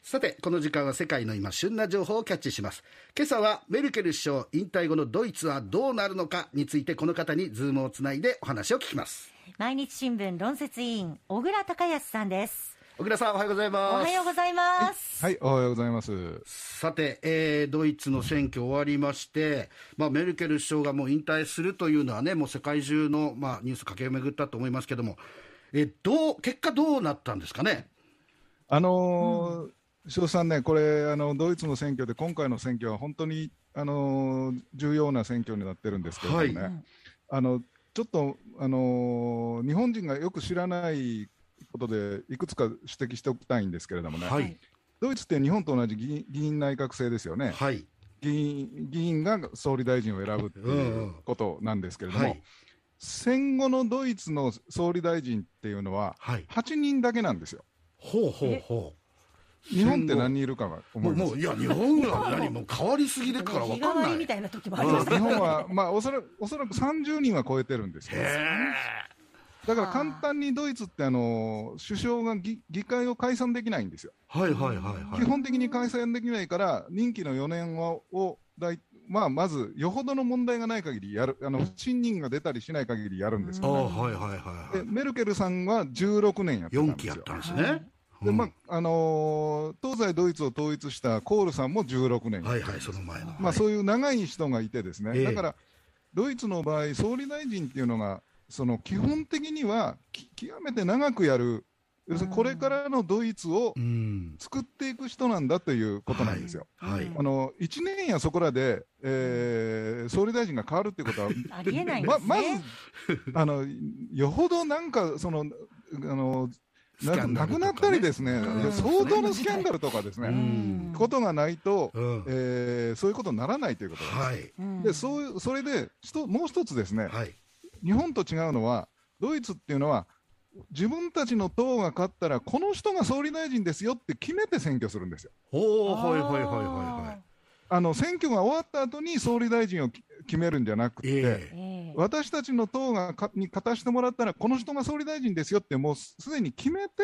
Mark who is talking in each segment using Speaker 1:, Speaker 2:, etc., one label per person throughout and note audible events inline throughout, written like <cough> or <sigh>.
Speaker 1: さてこの時間は世界の今旬な情報をキャッチします今朝はメルケル首相引退後のドイツはどうなるのかについてこの方にズームをつないでお話を聞きます
Speaker 2: 毎日新聞論説委員小倉隆康さんです
Speaker 1: 小倉さんおはようござい
Speaker 2: お
Speaker 1: ます
Speaker 2: はようございます
Speaker 3: はい、おはようございます。
Speaker 1: さて、えードイツの選挙終わりまして、まあ、メルケル首相がもう引退するというのはね、もう世界中の、まあ、ニュース駆け巡ったと思いますけども、えどう結果、どうなったんですかね。
Speaker 3: あのー翔さんね、これ、あの、ドイツの選挙で、今回の選挙は本当に、あのー重要な選挙になってるんですけれどもね。
Speaker 1: はい
Speaker 2: うん
Speaker 3: あの、ちょっと、あのー日本人がよく知らないことで、いくつか指摘しておきたいんですけれどもね。
Speaker 1: はい、
Speaker 3: ドイツって日本と同じ議員議員内閣制ですよね。
Speaker 1: はい、
Speaker 3: 議員、議員が総理大臣を選ぶって
Speaker 1: うんう
Speaker 3: い
Speaker 1: ん
Speaker 3: うことなんですけれども、
Speaker 1: はい、
Speaker 3: 戦後のドイツの総理大臣っていうのは、
Speaker 1: はい、
Speaker 3: 8人だけなんですよ。
Speaker 1: ほうほうほう。
Speaker 3: 日本って何人いるかは
Speaker 1: 戦後も
Speaker 3: 思
Speaker 1: う
Speaker 3: いま
Speaker 1: も
Speaker 3: す
Speaker 1: う。いや、日本は何もう変わりすぎるから分
Speaker 2: 日替
Speaker 1: かん
Speaker 2: わり
Speaker 1: な
Speaker 2: み
Speaker 1: い。
Speaker 2: たいな時もあ
Speaker 3: あ
Speaker 2: りま
Speaker 3: の
Speaker 2: す
Speaker 3: 日本は、まあ、おそらくおそらく30人は超えてるんですよ
Speaker 1: へ
Speaker 3: だから簡単にドイツってあの首相が議議会を解散できないんですよ、
Speaker 1: ーはいはいはい
Speaker 3: 基
Speaker 1: はい。
Speaker 3: 本的に解散できないから、任期の4年はを大まあ、まずよほどの問題がない限りやる、あの不信任が出たりしない限りやるんです
Speaker 1: あ
Speaker 3: よ、
Speaker 1: あ、はいはいはい
Speaker 3: で
Speaker 1: はい。
Speaker 3: メルケルさんは16年やってたん
Speaker 1: 4
Speaker 3: で
Speaker 1: 期
Speaker 3: す
Speaker 1: やっ
Speaker 3: よ。
Speaker 1: たんです
Speaker 2: は
Speaker 1: ね
Speaker 2: い。
Speaker 1: う
Speaker 3: で
Speaker 1: ん
Speaker 3: まああのー東西ドイツを統一したコールさんも16年
Speaker 1: はいはい、その前の。
Speaker 3: まあ、
Speaker 1: う
Speaker 3: そういう長い人がいてですね、
Speaker 1: ええ
Speaker 3: だからドイツの場合、総理大臣っていうのが、その基本的にはき極めて長くやる、要するにこれからのドイツを
Speaker 1: ん。
Speaker 3: 作っていく人なんだということなんですよ。
Speaker 1: はい。
Speaker 3: あの1年やそこらで、えー総理大臣が変わるってことは、
Speaker 2: ありえないです
Speaker 3: ま
Speaker 2: ね、
Speaker 3: まずあの、よほどなんか、そのあの
Speaker 1: スキャンダ
Speaker 3: な
Speaker 1: ル
Speaker 3: く
Speaker 1: とかね
Speaker 3: なったりですね、
Speaker 2: うん
Speaker 3: 相当のスキャンダルとかですね、
Speaker 1: うん
Speaker 3: ことがないと、
Speaker 1: うん
Speaker 3: えーそういうことにならないということです。
Speaker 1: はい。
Speaker 2: うん
Speaker 3: でそういうそれでひともう一つですね、
Speaker 1: はい。
Speaker 3: 日本と違うのは、ドイツっていうのは、自分たちの党が勝ったら、この人が総理大臣ですよって決めて選挙するんですよ。
Speaker 1: ほう、はいはいはいはいはい。
Speaker 3: あの選挙が終わった後に総理大臣をき決めるんじゃなくて、
Speaker 1: ええ
Speaker 2: ええ
Speaker 3: 私たちの党がかに勝たせてもらったら、この人が総理大臣ですよって、もうすすでに決めて、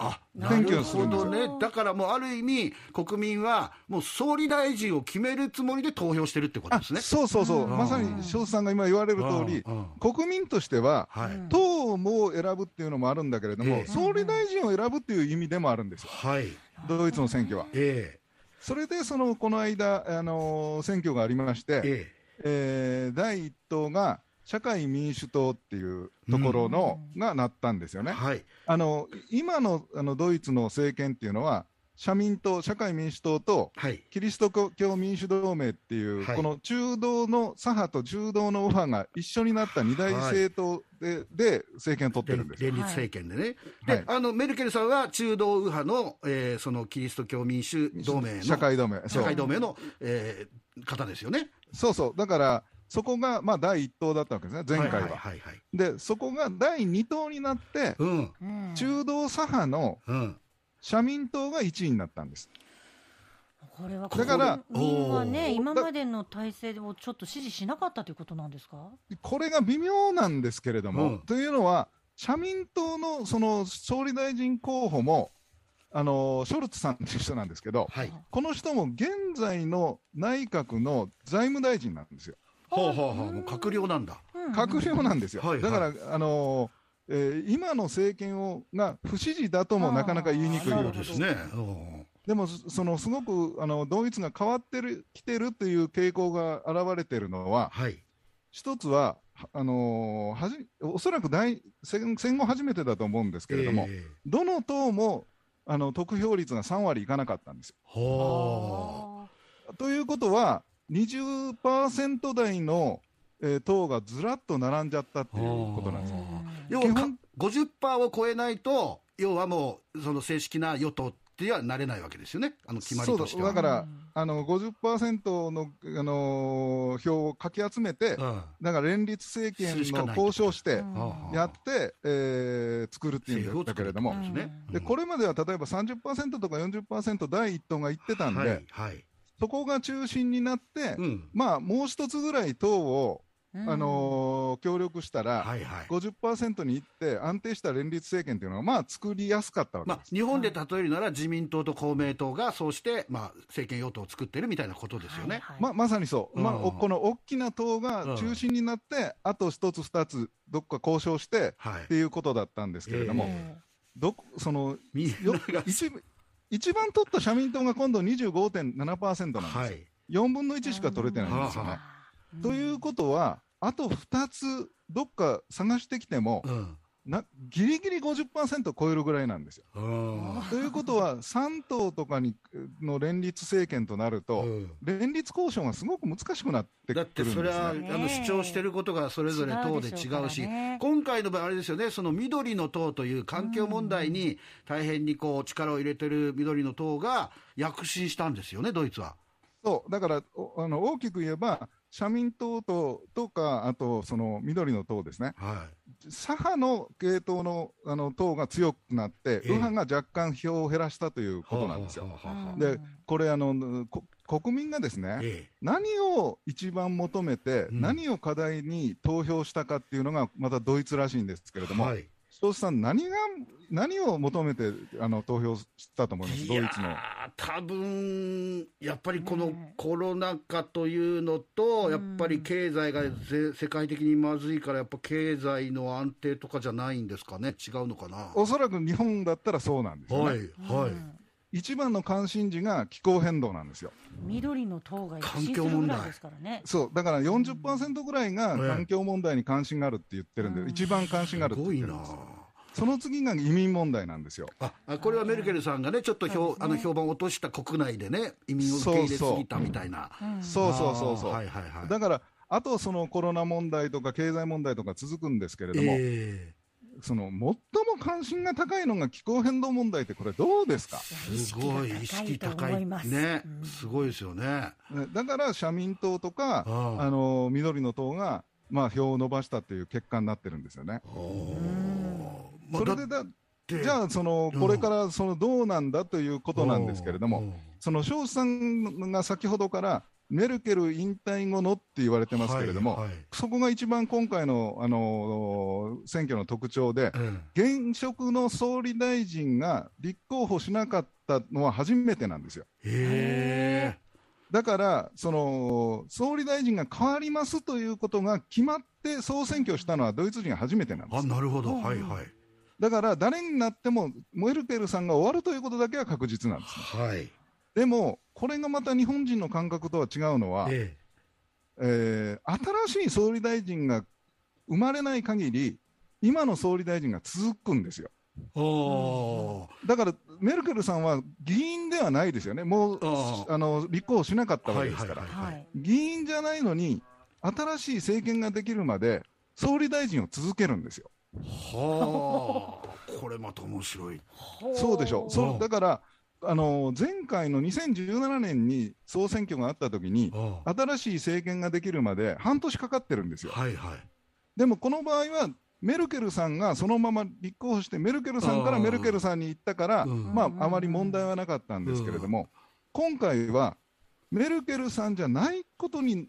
Speaker 1: あな
Speaker 3: 選
Speaker 1: る
Speaker 3: 挙をする
Speaker 1: ほ
Speaker 3: んです
Speaker 1: ど
Speaker 3: よ
Speaker 1: ね、だからもうある意味、国民はもう総理大臣を決めるつもりで投票してるってことですね。
Speaker 3: そうそうそう、
Speaker 2: うん
Speaker 3: まさに翔さんが今言われる通り
Speaker 1: う、んうん
Speaker 3: 国民としては、
Speaker 1: はい、
Speaker 2: うん
Speaker 3: 党も選ぶっていうのもあるんだけれども、
Speaker 1: ええ
Speaker 3: 総理大臣を選ぶっていう意味でもあるんですよ、
Speaker 1: はい、
Speaker 3: ドイツの選挙は。
Speaker 1: え
Speaker 3: それでそのこの間、あのー選挙がありまし
Speaker 1: え
Speaker 3: て、
Speaker 1: え
Speaker 3: えー第一党が社会民主党っていうところの、がなったんですよ
Speaker 1: え
Speaker 3: ね。
Speaker 1: はい、
Speaker 3: あの今のあのドイツの政権っていうのは、社民党、社会民主党と
Speaker 1: はい、
Speaker 3: キリスト教民主同盟っていう、
Speaker 1: はい
Speaker 3: この中道の左派と中道の右派が一緒になった二大政党で,、で政権を取ってるんですよ
Speaker 1: 連立政権でね、
Speaker 3: はい
Speaker 1: であのメルケルさんは中道右派の、えーそのキリスト教民主同盟の
Speaker 3: 社会同盟そ
Speaker 1: 社
Speaker 3: う
Speaker 1: 会同盟の、えー方ですよね、
Speaker 3: そうそうだからそこがまあ第一党だったわけですね前回は、
Speaker 1: いはいはい、
Speaker 3: でそこが第二党になって
Speaker 1: うん、
Speaker 2: うん
Speaker 3: 中道左派の
Speaker 1: うん、
Speaker 3: 社民党が1位になったんです
Speaker 2: これは
Speaker 3: だから
Speaker 2: 国民は
Speaker 1: お
Speaker 2: ね
Speaker 1: ー
Speaker 2: 今までの体制をちょっと支持しなかったということなんですか
Speaker 3: これが微妙なんですけれども、
Speaker 1: うん
Speaker 3: というのは社民党のその総理大臣候補もあのショルツさんっていう人なんですけど
Speaker 1: はい、
Speaker 3: この人も現在の内閣の財務大臣なんですよ
Speaker 1: ほうほうほう、もう閣僚なんだ、
Speaker 2: うん
Speaker 3: 閣僚なんですよ、
Speaker 1: はいはい
Speaker 3: だから、あのえー今の政権をが不支持だともなかなか言いにくい
Speaker 2: あー
Speaker 3: よ
Speaker 2: な
Speaker 3: う
Speaker 2: る
Speaker 3: で
Speaker 2: ほ
Speaker 3: す
Speaker 2: ど
Speaker 1: ですね。うん
Speaker 3: でも、そそのすごくあのドイツが変わってるきてるという傾向が現れてるのは、
Speaker 1: はい、
Speaker 3: 一つは、はあのーはじおそらく大戦戦後初めてだと思うんですけれども、
Speaker 1: ええ
Speaker 3: どの党もあの得票率が3割いかなかったんですよ。
Speaker 1: ほ
Speaker 3: ということは、20%台の、えー党がずらっと並んじゃったっていうことなんですよ。
Speaker 1: う要
Speaker 3: 基
Speaker 1: は
Speaker 3: 本
Speaker 1: 50%を超えないと、要はもう、その正式な与党ってはなれないわけですよね、あの決まりとして
Speaker 3: そうだ
Speaker 1: は。
Speaker 3: だから、
Speaker 2: うん
Speaker 3: あの50%の、あのー票をかき集めて、
Speaker 1: うん
Speaker 3: だから連立政
Speaker 1: する
Speaker 3: 権
Speaker 1: しか
Speaker 3: の
Speaker 1: ない
Speaker 3: 交渉して、
Speaker 2: うん
Speaker 1: ああ
Speaker 3: やって、えー作るっていうんだけれども、
Speaker 2: 政府を作る
Speaker 1: ですね
Speaker 3: でこれまでは例えば30%とか40%第一党が行ってたんで、
Speaker 1: はいはい
Speaker 3: そこが中心になって、
Speaker 1: うん
Speaker 3: まあもう一つぐらい党を、
Speaker 2: うん
Speaker 3: あのー協力したら、
Speaker 1: はいはい。
Speaker 3: 50%にいって、安定した連立政権というのは、まあ、作りやすかったわけ
Speaker 1: ま
Speaker 3: です
Speaker 1: あ、。日本で例えるなら自民党と公明党がそうして、まあ、政権与党を作ってるみたいなことですよね。
Speaker 2: はい
Speaker 3: ままさにそう、まあ、お
Speaker 1: うん
Speaker 3: この大きな党
Speaker 1: うん
Speaker 3: が中心になって、あと一つ、二つ、どこか交渉して
Speaker 1: はい
Speaker 3: っていうことだったんですけれども、
Speaker 1: ええ
Speaker 3: どこその
Speaker 1: みん
Speaker 3: よ
Speaker 1: なが
Speaker 3: 一部一番取った社民党が今度25.7%なんです、
Speaker 1: はい、
Speaker 3: 4分の1しか取れてないんですよ
Speaker 1: は
Speaker 3: ね。ということは、あと2つ、どっか探してきても、
Speaker 1: うん
Speaker 3: なギリギリ50%超えるぐらいなんですよ。
Speaker 1: うん
Speaker 3: ということは、3党とかにの連立政権となると、
Speaker 1: うん
Speaker 3: 連立交渉がすごく難しくなってく
Speaker 1: だ
Speaker 3: る
Speaker 1: っ
Speaker 3: んで
Speaker 1: て
Speaker 3: す
Speaker 1: それは、
Speaker 3: ね。
Speaker 1: あの主張してることがそれぞれ党で違う
Speaker 2: 違うで
Speaker 1: し
Speaker 2: しょうからね
Speaker 1: 今回の場合、あれですよね、その緑の党という環境問題に大変にこう力を入れてる緑の党が躍進したんですよね、ドイツは。
Speaker 3: そうだからおあの大きく言えば、社民党ととか、あとその緑の党ですね、
Speaker 1: は
Speaker 3: 左派の系統のあの党が強くなって、
Speaker 1: ええ
Speaker 3: 右派が若干票を減らしたということなんですよ。
Speaker 2: うん
Speaker 3: で、これあの、こ国民がですね、
Speaker 1: え
Speaker 3: 何を一番求めて、
Speaker 1: うん
Speaker 3: 何を課題に投票したかっていうのが、またドイツらしいんですけれ
Speaker 1: え
Speaker 3: ども、
Speaker 1: はい
Speaker 3: 庄司さん、何が、何を求めてあの投票したと思います、
Speaker 1: い
Speaker 3: ド
Speaker 1: や
Speaker 3: イツの。
Speaker 1: ー多分やっぱりこの
Speaker 2: ね
Speaker 1: コロナ禍というのと、
Speaker 2: うん
Speaker 1: やっぱり経済がぜ世界的にまずいから、やっぱ経済の安定とかじゃないんですかね、違うのかな。
Speaker 3: おそらく日本だったらそうなんですよ、ね
Speaker 1: はい、はい、
Speaker 3: 一番の関心事が気候変動なんですよ。
Speaker 2: 緑の党が
Speaker 1: 環
Speaker 2: 一
Speaker 1: 境
Speaker 2: 致する
Speaker 1: 問
Speaker 2: ぐ
Speaker 1: 題
Speaker 2: らいですからね。
Speaker 3: そう、だから40%ぐらいが環境問題に関心があるって言ってるんで、
Speaker 2: うん
Speaker 3: 一番関心がある
Speaker 1: す
Speaker 3: って言
Speaker 1: ご
Speaker 3: っ
Speaker 1: い
Speaker 3: てるん
Speaker 1: な
Speaker 3: ですよ。その次が移民問題なんですよ。
Speaker 1: ああこれはメルケルさんがね、ちょっと評、
Speaker 2: そうですね
Speaker 1: あの評判を落とした国内でね、移民を受け入れすぎたみたいな、
Speaker 2: うん
Speaker 3: そうそうそうそう。
Speaker 1: あーはいはいはい、
Speaker 3: だから、あとそのコロナ問題とか経済問題とか続くんですけれども、
Speaker 1: え
Speaker 3: その最も関心が高いのが気候変動問題って、これどうです
Speaker 2: い
Speaker 3: か
Speaker 2: や
Speaker 1: えすごい、意識高
Speaker 2: と思
Speaker 1: い、
Speaker 2: ます
Speaker 1: ね
Speaker 2: う、ん
Speaker 1: すごいですよね。
Speaker 3: だから社民党とか、
Speaker 1: ああ
Speaker 3: あの緑の党が、まあ、票を伸ばしたっていう結果になってるんですよね。
Speaker 1: おーまあ
Speaker 3: それで
Speaker 1: だ
Speaker 3: だ
Speaker 1: って
Speaker 3: じゃあその、
Speaker 1: うん
Speaker 3: これからそのどうなんだということなんですけれど
Speaker 1: う
Speaker 3: も、
Speaker 1: ん
Speaker 3: その翔さんが先ほどから、メルケル引退後のって言われてますけれども、
Speaker 1: はいはい
Speaker 3: そこが一番今回の、あの選挙の特徴で、
Speaker 1: うん
Speaker 3: 現職の総理大臣が立候補しなかったのは初めてなんですよ。
Speaker 1: へえ
Speaker 3: だから、その総理大臣が変わりますということが決まって総選挙したのはドイツ人が初めてなんで
Speaker 1: あ
Speaker 3: す。
Speaker 1: なるほど、
Speaker 2: うん
Speaker 1: はいはい
Speaker 3: だから、誰になっても、メルケルさんが終わるということだけは確実なんです。
Speaker 1: はい
Speaker 3: でも、これがまた日本人の感覚とは違うのは、え
Speaker 1: え
Speaker 3: ー新しい総理大臣が生まれない限り、今の総理大臣が続くんですよ。
Speaker 1: えおー
Speaker 3: だから、メルケルさんは議員ではないですよね。もう、
Speaker 1: あ
Speaker 3: あの、立候補しなかったわ
Speaker 1: は
Speaker 3: け
Speaker 1: い
Speaker 3: です
Speaker 1: は
Speaker 3: か
Speaker 1: い
Speaker 3: ら。
Speaker 1: は
Speaker 2: はいい。
Speaker 3: 議員じゃないのに、新しい政権ができるまで、総理大臣を続けるんですよ。
Speaker 1: はあこれまた面白い
Speaker 3: そうでしょう。
Speaker 1: う
Speaker 3: そ
Speaker 1: ん
Speaker 3: うだから、あの前回の2017年に総選挙があったときに、
Speaker 1: ああ
Speaker 3: 新しい政権ができるまで半年かかってるんですよ。
Speaker 1: はいはい
Speaker 3: でもこの場合は、メルケルさんがそのまま立候補して、メルケルさんか
Speaker 1: あ
Speaker 3: ら
Speaker 1: ー
Speaker 3: メルケルさんに行ったから、
Speaker 1: うん
Speaker 3: まあ、あまり問題はなかったんですけれども、今回は、メルケルさんじゃないことに、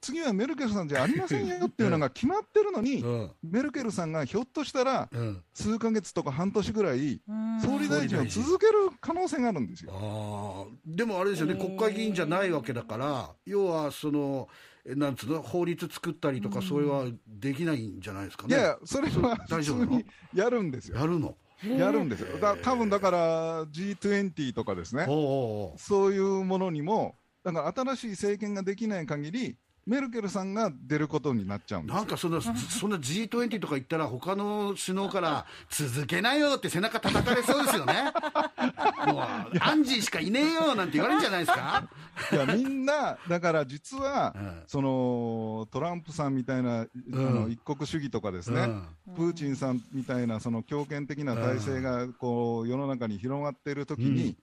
Speaker 3: 次はメルケルさんじゃありませんよっていうのが決まってるのに
Speaker 1: う、ん
Speaker 3: メルケルさんがひょっとしたら、
Speaker 1: うん
Speaker 3: 数ヶ月とか半年ぐらい、
Speaker 2: うん
Speaker 3: 総理大臣を続ける可能性があるんですよ。
Speaker 1: ああでもあれですよね、
Speaker 2: ええ
Speaker 1: 国会議員じゃないわけだから要はそのえなんつうの法律作ったりとか、それはできないんじゃないですか
Speaker 3: い
Speaker 1: ね
Speaker 3: やいや、それは
Speaker 1: 大丈
Speaker 3: 普通
Speaker 1: 夫なの
Speaker 3: にやるんですよ。
Speaker 1: やるの
Speaker 3: やるんですよ。だ多分だから G20 とかですね
Speaker 1: お、お
Speaker 3: そういうものにも、だから新しい政権ができない限り、メルケルさんが出ることになっちゃうんです
Speaker 1: なん
Speaker 3: よ。
Speaker 1: かそんな、そんな G20 とか言ったら、他の首脳から、続けなよって背中叩かれそうですよね。もう、アンジーしかいねえよなんて言われるんじゃないですか。
Speaker 3: いやみんな、だから実は、
Speaker 1: うん
Speaker 3: そのトランプさんみたいな、
Speaker 1: ん
Speaker 3: あの一国主義とかですね、
Speaker 1: うん
Speaker 3: プーチンさんみたいなその強権的な体制がこう世の中に広がっているときに、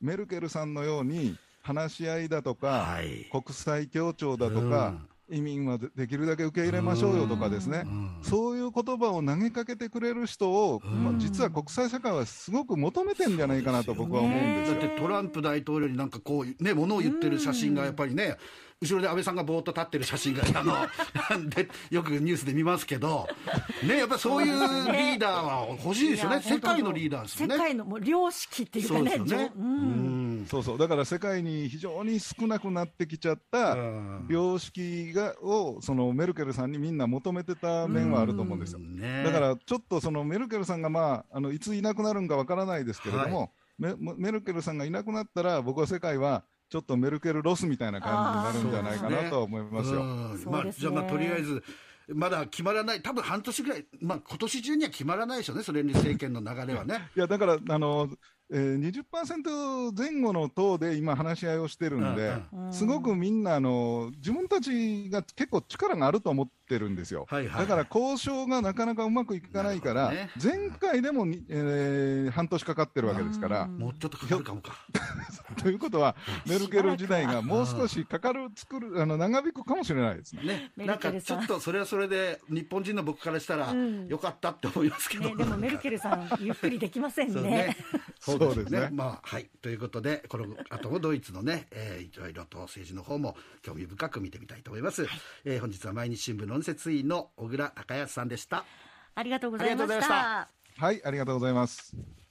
Speaker 3: メルケルさんのように話し合いだとか、
Speaker 1: はい
Speaker 3: 国際協調だとか、移民はでできるだけ受け入れましょうよとかですね、
Speaker 1: うん
Speaker 3: そういう言葉を投げかけてくれる人を、まあ、実は国際社会はすごく求めてんじゃないかなと僕は思うんです
Speaker 1: だ
Speaker 3: よ
Speaker 1: っ。てトランプ大統領になんかこう、ね、ものを言ってる写真がやっぱりね、後ろで安倍さんがぼーっと立ってる写真が、あの、なんで、よくニュースで見ますけど、ね、やっぱりそういうリーダーは欲しいですよね。世界のリーダーですよね。
Speaker 4: 世界のもう良識っていうか
Speaker 1: そうで
Speaker 4: ね
Speaker 1: すよね。
Speaker 4: 上うん
Speaker 3: そうそうだから世界に非常に少なくなってきちゃった
Speaker 1: うん
Speaker 3: 様式がをそのメルケルさんにみんな求めてた面はあると思うんですよ。だか、らちょっとそのメルケルさんが、まあ、あのいついなくなるんかわからないですけれども、メメルケルさんがいなくなったら、僕は世界はちょっとメルケルロスみたいな感じになるんじゃないかなとは思いますよ。
Speaker 1: うん
Speaker 4: そう
Speaker 1: まあ、
Speaker 4: です
Speaker 1: じ
Speaker 4: ね
Speaker 1: ゃあ、まあ、とりあえず、まだ決まらない、多分半年ぐらい、まあ、今年中には決まらないでしょうね、それに政権の流れ
Speaker 4: <laughs>
Speaker 1: はね。
Speaker 3: いやだからあの、えー、20%前後の党で今、話し合いをしてるんで、
Speaker 4: うんうん
Speaker 3: すごくみんなあの、自分たちが結構力があると思ってるんですよ、
Speaker 1: はいはい
Speaker 3: だから交渉がなかなかうまくいかないから、
Speaker 1: なるほ
Speaker 3: 前回でもに、えー半年かかってるわけですから。
Speaker 1: もうちょっとかかるかもか。
Speaker 3: <laughs> ということは、メルケル時代がもう少しかかる、作る、あの、長引くかもしれないですね。
Speaker 1: ね、
Speaker 4: メ
Speaker 1: な
Speaker 4: ル
Speaker 1: んか
Speaker 4: ケル
Speaker 1: ち
Speaker 4: さん
Speaker 1: ょっとそれはそれで、日本人の僕からしたら
Speaker 4: うん、
Speaker 1: よかったって思いますけど、
Speaker 4: ね、でもメルケルさん、ゆっくりできません
Speaker 1: そう
Speaker 4: ね
Speaker 1: ね。 <laughs>
Speaker 4: <laughs>
Speaker 1: そうです
Speaker 3: そう
Speaker 1: ね
Speaker 3: ですね
Speaker 1: まあはいということでこの後もドイツのね、えーいろいろと政治の方も興味深く見てみたいと思います、えー本日は毎日新聞論説委員の小倉隆康さんでした
Speaker 2: <laughs> ありがとうござい
Speaker 1: ありがとうございました
Speaker 2: ました。
Speaker 3: はい、ありがとうございます。